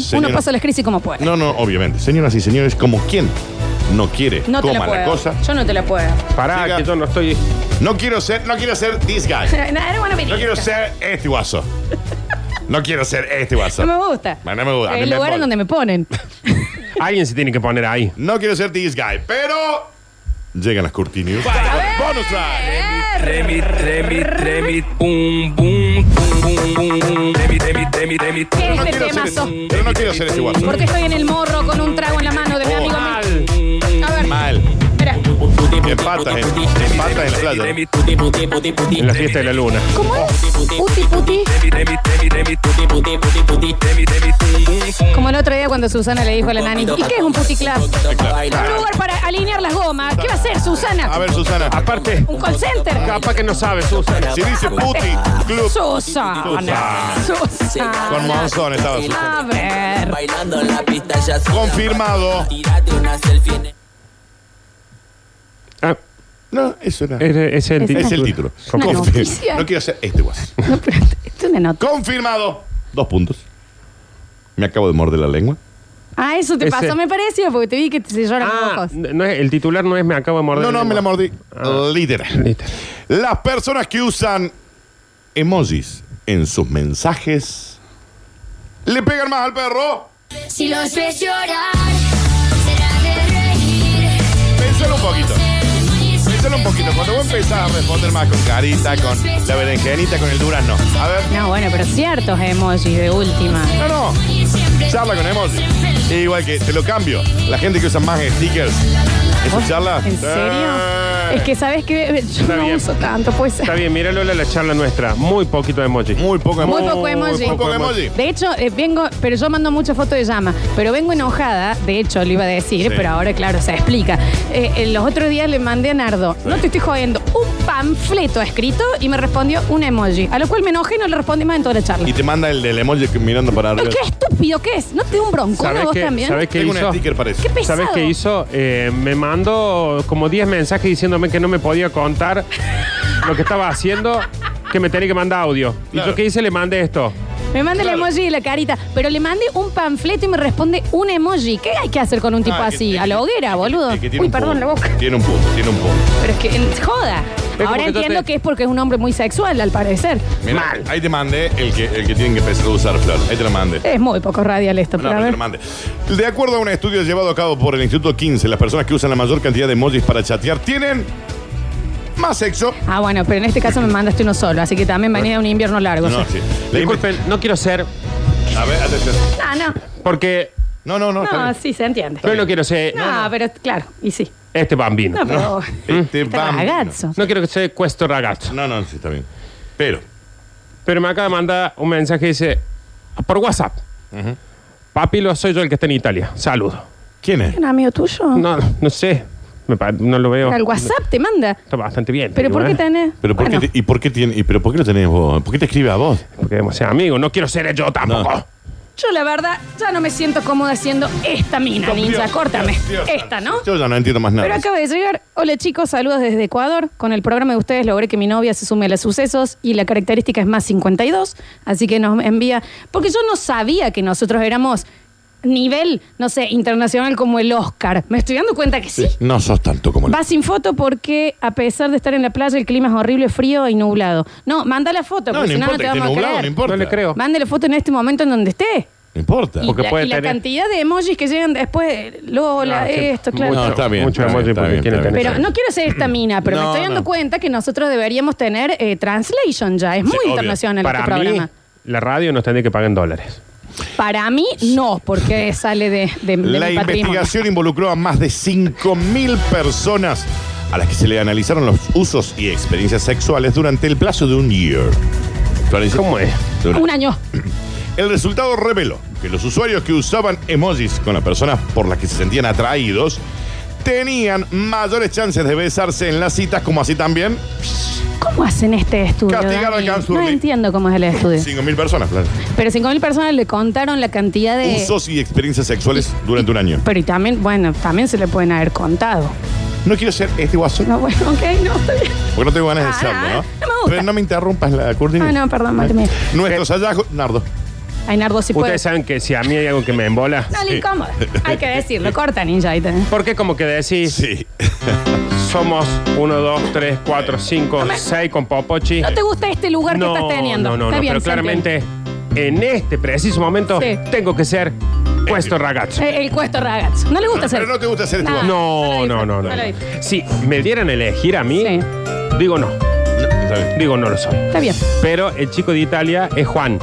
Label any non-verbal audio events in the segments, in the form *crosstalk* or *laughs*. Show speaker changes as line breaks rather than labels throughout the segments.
Uno
señor-
pasa las crisis como puede.
No, no, obviamente. Señoras y señores, como quién no quiere
No te
coma
la puedo.
la cosa.
Yo no te la puedo. *laughs*
Pará,
Siga.
que yo no estoy.
No quiero ser, no quiero ser this guy.
No, I don't wanna be
No quiero
this.
ser este guaso. No quiero ser este guaso.
No me gusta.
Bueno, no me gusta. A mí
El
me
lugar en
embola.
donde me ponen.
*laughs*
Alguien se tiene que poner ahí.
No quiero ser this guy, pero llegan las curtinios. Bonus track.
Tremit, tremit, tremit, pum, pum, pum, pum, pum, pum. Tremit, tremit, tremit, tremit.
¿Qué es
No
este
quiero ser
temazo?
este- pero no quiero ser este guaso.
Porque estoy en el morro con un trago en la mano de mi
Oh,
amigo.
mal.
A ver,
Mal.
espera.
En patas, en, en patas en la playa. ¿no?
En la fiesta de la luna.
¿Cómo es? Uti puti. Como el otro día cuando Susana le dijo a la nani, ¿y qué es un puticlub? Un lugar para alinear las gomas. ¿Qué va a hacer, Susana?
A ver, Susana.
Aparte,
¿Un call center?
capaz que no sabes, Susana.
Si dice puti, club.
Susana. Susana.
Con monzón estaba Susana.
A ver.
Ah. Bailando en la pista ya suena.
Confirmado.
Tírate una selfie en el-
Ah,
No, eso era.
es, es el
Es
título.
Es el título.
Una
Confir-
noticia.
No quiero ser este guaso.
No, pero esto es una nota.
Confirmado. Dos puntos. Me acabo de morder la lengua.
Ah, eso te
Ese-
pasó, me pareció, porque te vi que se lloran los
Ah,
ojos.
no es- el titular no es me acabo de morder.
No, no, me la
lengua.
mordí. Literal.
Listo.
Las personas que usan emojis en sus mensajes le pegan más al perro.
Si los ves llorar, será de reír.
Pensalo un poquito. Pensalo un poquito. Cuando vos empezás a responder más con carita, con la berenjenita, con el durazno. A ver.
No, bueno, pero ciertos emojis de última.
No, no. Charla con emojis. Igual que te lo cambio. La gente que usa más stickers. ¿Eso charla?
Oh,
Eh.
¿En serio?
Sí.
Es que sabes que yo no
bien.
uso tanto, pues.
Está bien, mira Lola la charla nuestra. Muy poquito de emoji.
Muy poco
Muy
emoji.
poco emoji.
Muy poco emoji.
De hecho, eh, vengo, pero yo mando muchas fotos de llama, pero vengo enojada, de hecho lo iba a decir,
Sí.
pero ahora claro, se explica. Eh, eh, los otros días le mandé a Nardo, no te estoy jodiendo, un panfleto escrito y me respondió un emoji, a lo cual me enojé y no le respondí más en toda la charla.
Y te manda el del emoji que- mirando para
Pero
arriba.
qué estúpido que es, ¿no te da un broncón a
¿Sabes
vos
qué,
también?
¿sabes qué
Tengo un
hizo?
sticker para eso.
Qué pesado.
¿Sabes qué hizo? Eh, me mandó como 10 mensajes diciéndome que no me podía contar lo que estaba haciendo, que me tenía que mandar audio.
Claro.
Y yo qué hice, le mandé esto.
Me manda
Claro.
el emoji y la carita, pero le mandé un panfleto y me responde un emoji. ¿Qué hay que hacer con un tipo
Ah, que-
así?
que-
a la hoguera, boludo.
que tiene
Uy,
un
perdón la
punto.
boca.
Tiene un punto, tiene un punto.
Pero es que en- joda.
como
Ahora
que yo
entiendo
te-
que es porque es un hombre muy sexual, al parecer.
Mira, ahí te mandé el que, el que tienen que empezar a usar, Flor. Ahí te lo mandé.
Es muy poco radial esto,
No,
pero Eh, a
pero te
ver.
lo mandé. De acuerdo a un estudio llevado a cabo por el Instituto 15, las personas que usan la mayor cantidad de emojis para chatear tienen más sexo.
Ah, bueno, pero en este caso me mandaste uno solo, así que también venía un invierno largo.
No,
sí.
sí. La
Disculpen, no quiero ser,
inve- A ver, atención.
Ah, no.
porque
No, no, no. está
No,
bien.
sí, se entiende.
yo no quiero ser
No, pero claro, y sí.
este bambino.
No,
No,
pero.
Este
Este
bambino.
ragazzo.
quiero que sea cuesto ragazzo.
No, no, sí, está bien. Pero,
Pero me acaba de mandar un mensaje que dice, por WhatsApp. Papi, lo soy yo el que está en Italia. Saludo.
¿quién es?
¿Un amigo tuyo?
No, no sé. Me pa- no lo veo.
Al WhatsApp te manda.
Está bastante bien. ¿eh?
¿Pero por qué
tan...?
tenés?
¿Pero por
Bueno,
qué te- ¿Y por qué tiene, y, pero por qué lo tenés vos? ¿Por qué te escribe a vos?
Porque debemos ser amigos. No quiero ser yo tampoco.
No.
Yo, la verdad, ya no me siento cómoda siendo esta mina, ninja.
Dios,
Córtame.
Dios, Dios.
esta, ¿no?
Yo ya no entiendo más
Pero
nada.
acaba de llegar. Hola chicos, saludos desde Ecuador. Con el programa de ustedes logré que mi novia se sume a los sucesos y la característica es más 52. Así que nos envía. Porque yo no sabía que nosotros éramos nivel, no sé, internacional como el Oscar. Me estoy dando cuenta que sí.
No sos tanto como la...
Va sin foto porque a pesar de estar en la playa el clima es horrible, frío y nublado. No, manda la foto,
No, no
porque si no, no
importa,
te
que esté
vamos a
nublado,
creer.
no importa.
No le creo.
Mande la foto en este momento en donde esté.
No importa.
Y,
Porque
la,
puede
y la
tener-
cantidad de emojis que llegan después, Lola,
Ah, sí.
esto, claro.
No, está bien,
Mucho
está
emoji
bien, está
porque
bien,
quiere
está
tener
bien.
Pero no quiero
*clears throat*
ser esta mina, pero me
No,
estoy dando
no.
cuenta que nosotros deberíamos tener eh, translation ya. Es muy
obvio.
internacional
Para
este
mí,
programa.
la radio nos tendría que pagar en dólares.
Para mí, no,
*laughs*
porque sale de, de- de
La
mi patrimonio.
investigación involucró a más de 5.000 personas a las que se le analizaron los usos y experiencias sexuales durante el plazo de un year. Florencia.
¿Cómo es?
Dura-
Un año.
El resultado reveló que los usuarios que usaban emojis con las personas por las que se sentían atraídos tenían mayores chances de besarse en las citas, como así también
¿Cómo hacen este estudio?
Castigar al
Dani?
Gansurli.
No entiendo cómo es el estudio.
5.000 personas. Florencia.
Pero 5.000 personas le contaron la cantidad de...
Usos y experiencias sexuales durante un año.
Pero y también, bueno, también se le pueden haber contado.
No quiero ser este guaso,
No, bueno, ok, no, está bien.
porque no tengo ganas de
Ah,
serlo, ¿no?
no me gusta.
Pero no me interrumpas la cortina.
Ah, no, perdón, madre mía.
Nuestros hallazgos. Nardo.
Ainardo, si puede.
Ustedes saben que si a mí hay algo que me embola.
No le incomoda. Hay que
*laughs*
decirlo. Corta, ninja. ahí tenés.
Porque como que decís,
Sí.
somos 1, 2, 3, 4, 5, 6 con Popochi.
No te gusta este lugar que estás teniendo.
No, no,
Está
no,
bien,
pero
se entiende.
claramente en este preciso momento
Sí.
tengo que ser puesto ragazzo.
Eh, El cuesto ragazzo. No le gusta hacer.
Pero no te gusta hacer este
Nah.
vos.
no
No,
la
no, no, no.
disfruto, no la
Si me dieran a elegir a mí,
Sí.
digo no,
Está bien.
digo no lo soy.
Está bien.
Pero el chico de Italia es Juan,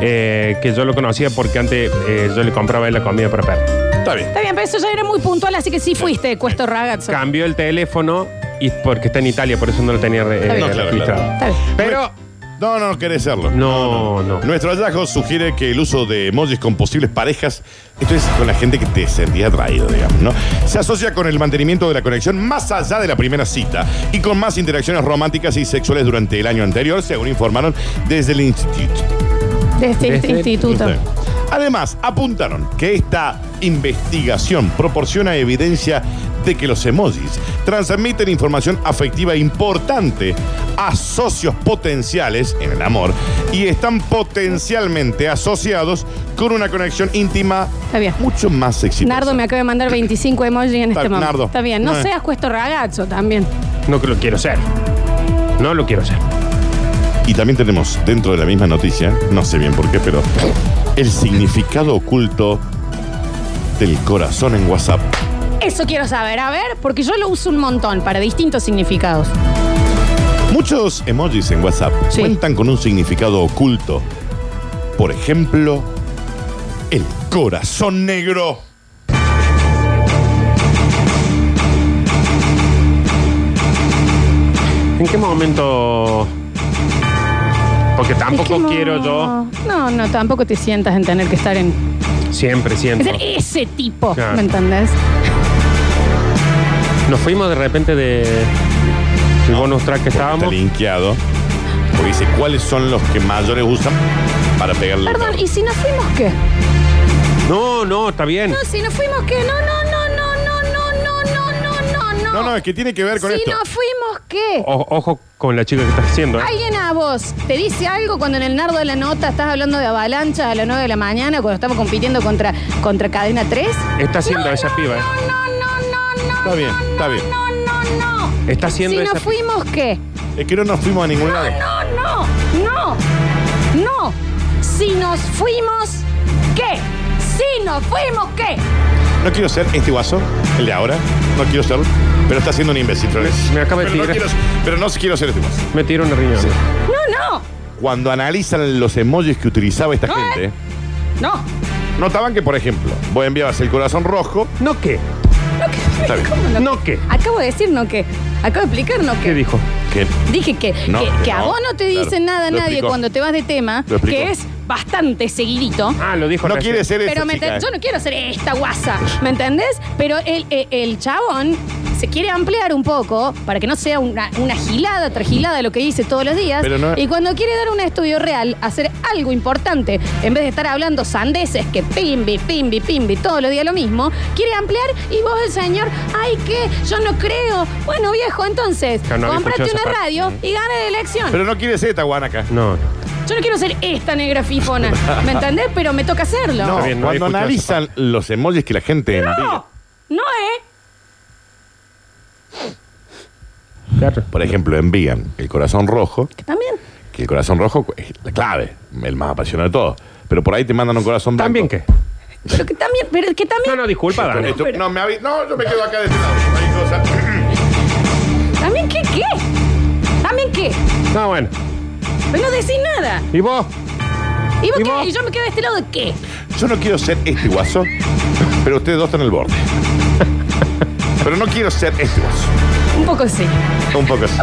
eh, que yo lo conocía porque antes eh, yo le compraba él la comida para perro.
Está bien.
Está bien, pero eso ya era muy puntual, así que sí fuiste cuesto ragazzo.
Cambió el teléfono y porque está en Italia, por eso no lo tenía re-
Está
eh,
bien.
No, claro,
registrado.
claro.
Está bien.
Pero
No, no, querés serlo.
no, no.
Nuestro hallazgo sugiere que el uso de emojis con posibles parejas, esto es con la gente que te sentías atraído, digamos, ¿no? Se asocia con el mantenimiento de la conexión más allá de la primera cita y con más interacciones románticas y sexuales durante el año anterior, según informaron desde el instituto.
De este
Desde-
instituto.
Sí. Además, apuntaron que esta investigación proporciona evidencia de que los emojis transmiten información afectiva importante a socios potenciales en el amor y están potencialmente asociados con una conexión íntima
Está bien.
mucho más exitosa.
Nardo me acaba de mandar 25 emojis en
Está-
este momento.
Nardo.
Está bien. No
Eh.
seas cuesto ragazzo también.
No que lo quiero ser. No lo quiero ser.
Y también tenemos dentro de la misma noticia, no sé bien por qué, pero el significado oculto del corazón en WhatsApp.
Eso quiero saber, a ver, porque yo lo uso un montón para distintos significados.
Muchos emojis en WhatsApp
Sí.
cuentan con un significado oculto. Por ejemplo, el corazón negro.
¿En qué momento? Porque tampoco
Es que no-
quiero yo.
No, no, tampoco te sientas en tener que estar en.
Siempre,
en
siempre.
ser ese tipo,
Claro.
¿me entendés?
Nos fuimos de repente de. El bonus track que
Está
estábamos.
linkeado. Porque dice cuáles son los que mayores usan para pegarle.
Perdón, ¿y si nos fuimos qué?
No, no, está bien.
No, si nos fuimos qué? No, no, no, no, no, no, no, no, no, no.
No, no, es que tiene que ver con
si
esto.
nos fuimos qué?
O- ojo con la chica que está haciendo, ¿eh?
¿Alguien a vos te dice algo cuando en el nardo de la nota estás hablando de avalancha a las 9 de la mañana cuando estamos compitiendo contra, contra cadena 3?
Está haciendo esa piba, ¿eh?
No, no, no, no,
Está bien, está bien.
no, no, no.
Está haciendo
Si
esa
nos fuimos qué?
Es que no nos fuimos a ningún lado.
No, no, no, no. Si nos fuimos, ¿qué? Si nos fuimos, ¿qué?
No quiero ser este guaso, el de ahora. No quiero ser. Pero está siendo un imbécil, Flores.
Me- me acaba de
pero no,
tirar.
quiero, pero no quiero ser este guaso.
Me tiró una riñón.
No, no,
Cuando analizan los emojis que utilizaba esta
No,
gente,
eh. no.
notaban que, por ejemplo, vos enviabas el corazón rojo.
¿No qué?
Está bien.
¿Cómo no?
¿No qué?
Acabo de decir no que. Acabo de explicar no
¿Qué
que.
dijo?
Que
Dije que,
No,
que,
que
que a
no.
vos no te
Claro.
dicen nada
Lo
nadie
explicó.
cuando te vas de tema,
Lo explicó.
que es bastante seguidito.
Ah, lo dijo
no
recién.
quiere ser esa
Pero me
chica,
enten-
¿eh?
yo no quiero ser esta guasa, ¿me entendés? Pero el, el- el chabón se quiere ampliar un poco para que no sea una, una gilada tras gilada de lo que dice todos los días.
Pero no-
Y cuando quiere dar un estudio real, hacer algo importante, en vez de estar hablando sandeces que pimbi, pimbi, pimbi, todos los días lo mismo, quiere ampliar y vos el señor, ay, que yo no creo. Bueno, viejo, entonces,
Claro, no había
cómprate
escuchado esa
una
parte.
radio y gana la elección.
eh. Pero no quiere ser esta guanaca.
No, no.
Yo no quiero ser esta negra fifona, ¿me entendés? Pero me toca hacerlo.
No,
Está bien, no
cuando
había escuchado
analizan los emojis que la gente envía,
No, no, ¿eh?
Claro.
por ejemplo, envían el corazón rojo,
Que también.
que el corazón rojo es la clave, el más apasionado de todos. Pero por ahí te mandan un corazón blanco.
¿También qué?
Pero que también, pero que también.
No, no, disculpa,
Con
Dani.
esto- no, me avi- no, yo me quedo acá de este lado. Hay cosas-
¿También qué? ¿Qué? ¿También qué?
No, bueno.
Pero no decís nada.
¿Y vos?
¿Y vos
¿Y
qué?
vos?
¿Y yo me quedo de este lado de qué?
*clears throat* Yo no quiero ser este guaso, pero ustedes dos están en el *laughs* borde. Pero no quiero ser este guaso.
Un poco sí.
Un poco así.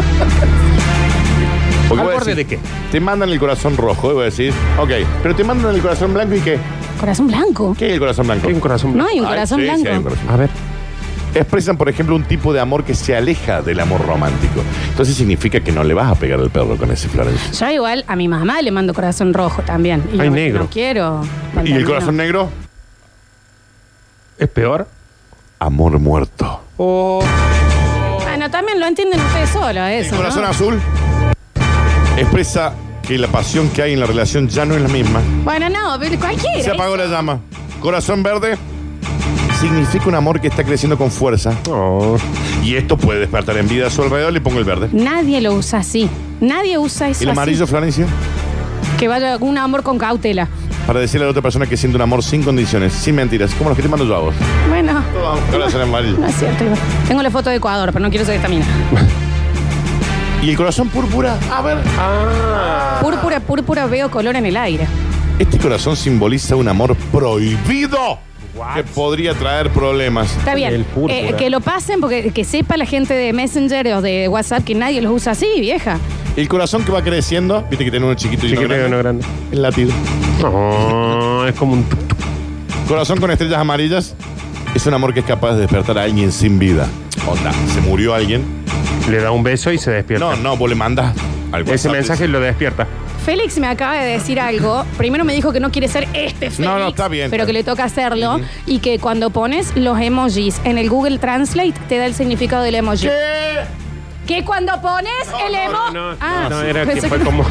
Porque
¿Al
voy a
borde
decir,
de qué?
Te mandan el corazón rojo y voy a decir, ok, pero te mandan el corazón blanco y qué?
¿Corazón blanco?
¿Qué es el corazón blanco?
Hay un corazón
No
blanco.
hay un
Ay,
corazón
sí, sí, hay un
blanco.
corazón.
A ver.
Expresan, por ejemplo, un tipo de amor que se aleja del amor romántico. Entonces significa que no le vas a pegar al perro con ese Florencia.
yo igual a mi mamá le mando corazón rojo también. Y
Ay,
yo
negro.
No quiero.
¿Y el corazón
no.
negro?
¿Es peor?
Amor muerto.
O.
Bueno, también lo entienden ustedes solos
¿El
eso.
corazón
¿no?
azul? Expresa que la pasión que hay en la relación ya no es la misma.
Bueno, no, pero cualquiera. ¿eh?
Se apagó la llama. Corazón verde significa un amor que está creciendo con fuerza.
Oh.
Y esto puede despertar en vida a su alrededor. Le pongo el verde.
Nadie lo usa así. Nadie usa eso.
El
así.
amarillo, Florencia,
Que vaya un amor con cautela.
para decirle a la otra persona que siente un amor sin condiciones, sin mentiras, como los que te mando yo a vos.
Bueno,
Corazón amarillo.
no es cierto. Iván. Tengo la foto de Ecuador, pero no quiero ser esta mina.
Y el corazón púrpura, a ver.
Púrpura, púrpura, veo color en el aire.
Este corazón simboliza un amor prohibido que podría traer problemas.
Está
El
bien.
púrpura.
Eh, que lo pasen porque que sepa la gente de Messenger o de WhatsApp que nadie los usa así, vieja.
El corazón que va creciendo, viste que tiene uno chiquito y
Sí,
uno
que tengo
grande.
uno grande.
El latido.
Oh, es como un. tuc, tuc.
Corazón con estrellas amarillas es un amor que es capaz de despertar a alguien sin vida. Onda, se murió alguien.
Le da un beso y se despierta.
No, no, vos le mandas al
Ese
WhatsApp.
mensaje lo despierta.
Félix me acaba de decir algo. Primero me dijo que no quiere ser este Félix.
No, no, está bien,
Pero
está
que le
bien.
toca hacerlo. Y que cuando pones los emojis en el Google Translate, te da el significado del emoji.
¿Qué?
Que cuando pones el emo.
No, no,
Ah,
no, era que
pensé
fue
que-
como.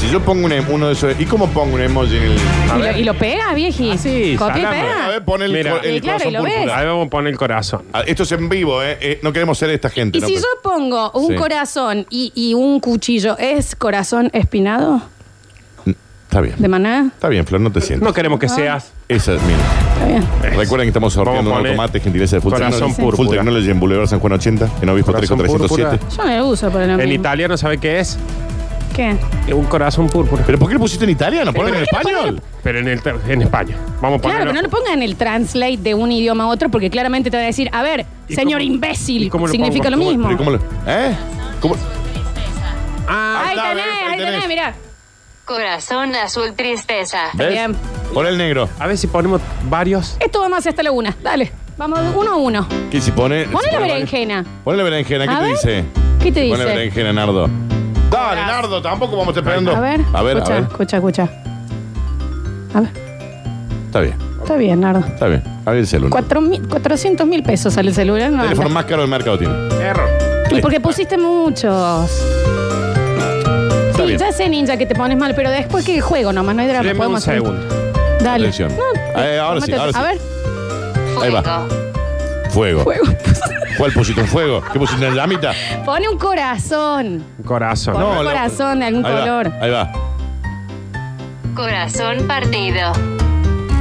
Si yo pongo un em- uno de esos. ¿Y cómo pongo un emoji en el.?
Y lo, y lo pega, vieji.
Ah, sí,
Copia y
salame.
pega.
A ver, pon el,
Mira.
cor- el
Y claro,
corazón
y lo ves.
púrpura.
Ahí vamos a poner el corazón.
Ah, Esto es en vivo, ¿eh? Eh, No queremos ser esta gente.
Y
no,
si
pues-
pero-
yo pongo un
Sí.
corazón y, y un cuchillo, ¿es corazón espinado?
Está bien.
¿De maná?
Está bien, Flor, no te sientas.
No queremos
Ah.
que seas.
Esa es mi.
Está bien.
Recuerden que estamos sorteando
Vamos a
un
poner
automate, gentileza de Full
corazón
Technology.
púrpura.
Full Technology en Boulevard San Juan 80, en Obispo
Corazón
30307.
púrpura.
Yo no lo uso, pero no
En
mismo.
italiano, ¿sabe qué es?
¿Qué?
Es Un corazón púrpura.
¿Pero por qué lo pusiste en italiano?
¿Por
Ponlo en
qué no
español.
Pero en, el, en España. Vamos a poner.
Claro, pero no le pongan el translate de un idioma a otro porque claramente te va a decir, a ver,
¿Y
señor
cómo- y
imbécil,
cómo lo
significa
pongo?
lo mismo.
Pero ¿y ¿Cómo lo.? ¿Eh? ¿Cómo?
Ah,
Ahí
está,
tenés,
ves, ahí
ahí tenés,
tenés.
mirá.
Corazón azul tristeza.
¿Ves?
Bien.
Pon el negro.
a ver si ponemos varios.
Esto vamos a hacer hasta la una, dale. Vamos uno a uno.
¿Qué si pone?
Ponle
si
la
pone-
berenjena.
Ponle la berenjena,
A
¿qué te
ver.
dice?
¿Qué te
Ponle la
dice?
berenjena, Nardo. Dale, Nardo, tampoco vamos esperando.
A ver,
A ver, a
escucha,
ver.
escucha, escucha. A ver,
Está bien,
está bien, Nardo.
está bien. Abre el celular.
Cuatro mil- 400 mil pesos sale el celular, no
El teléfono
anda.
más caro del mercado tiene.
Error.
Y porque pusiste muchos.
Está
Sí,
bien.
ya sé, ninja, que te pones mal, pero después que juego nomás, no hay drama.
Deme un
podemos hacer-
segundo.
Dale.
Atención. Eh, ahora sí,
tómate-
ahora sí.
A ver,
Ahí va. Fuego. ¿Cuál pusiste un fuego? ¿Qué pusiste en la mitad?
pone un corazón.
Corazón.
Pon
No,
un
la-
corazón de algún
Ahí va,
color.
ahí va.
Corazón partido.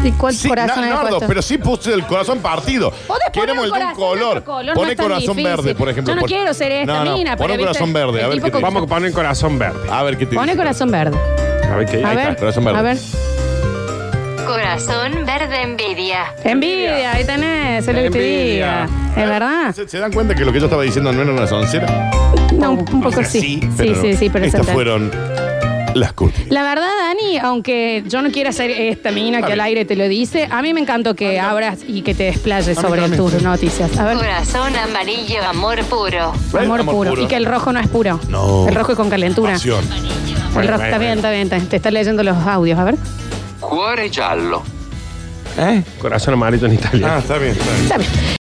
¿Y cuál
Sí,
corazón
Na-
hay
Nardo,
puesto?
pero sí puse el corazón partido.
Podés poner
Queremos el de un
de
color.
otro no
Pone
es tan
corazón
difícil.
verde, por ejemplo.
Yo no
Pon-
quiero ser esta
No, no,
mina,
Pon
pero
un corazón
viste,
verde, a
el
ver
tipo
qué te
con-
dice.
Vamos a poner corazón verde.
A ver qué te
Pone
dice.
corazón verde.
A ver qué
A
ahí
ver,
está.
corazón verde.
a ver.
Corazón verde envidia.
Envidia, ahí tenés, es lo que te
Envidia.
diga. ¿Es verdad?
¿Se, se dan cuenta que lo que yo estaba diciendo no era una soncera?
No, un, un poco
O sea,
Pues sí. Sí,
pero no.
sí, sí, pero
Estas
se entiende.
fueron las cutis.
La verdad, Dani, aunque yo no quiera ser esta mina que al aire te lo dice, a mí me encantó que abras y que te desplayes
A mí
sobre
también,
tus
sí.
noticias. A ver,
Corazón amarillo, amor puro.
amor, puro. Y que el rojo no es puro.
No.
El rojo es con calentura.
Pasión.
El
Bueno,
rojo, está
bueno.
bien, está bien, está bien. Te está leyendo los audios, a ver.
Cuore giallo.
Corazón amarillo en
Ah,
Italia.
está bien, está bien.
Está Ah, bien.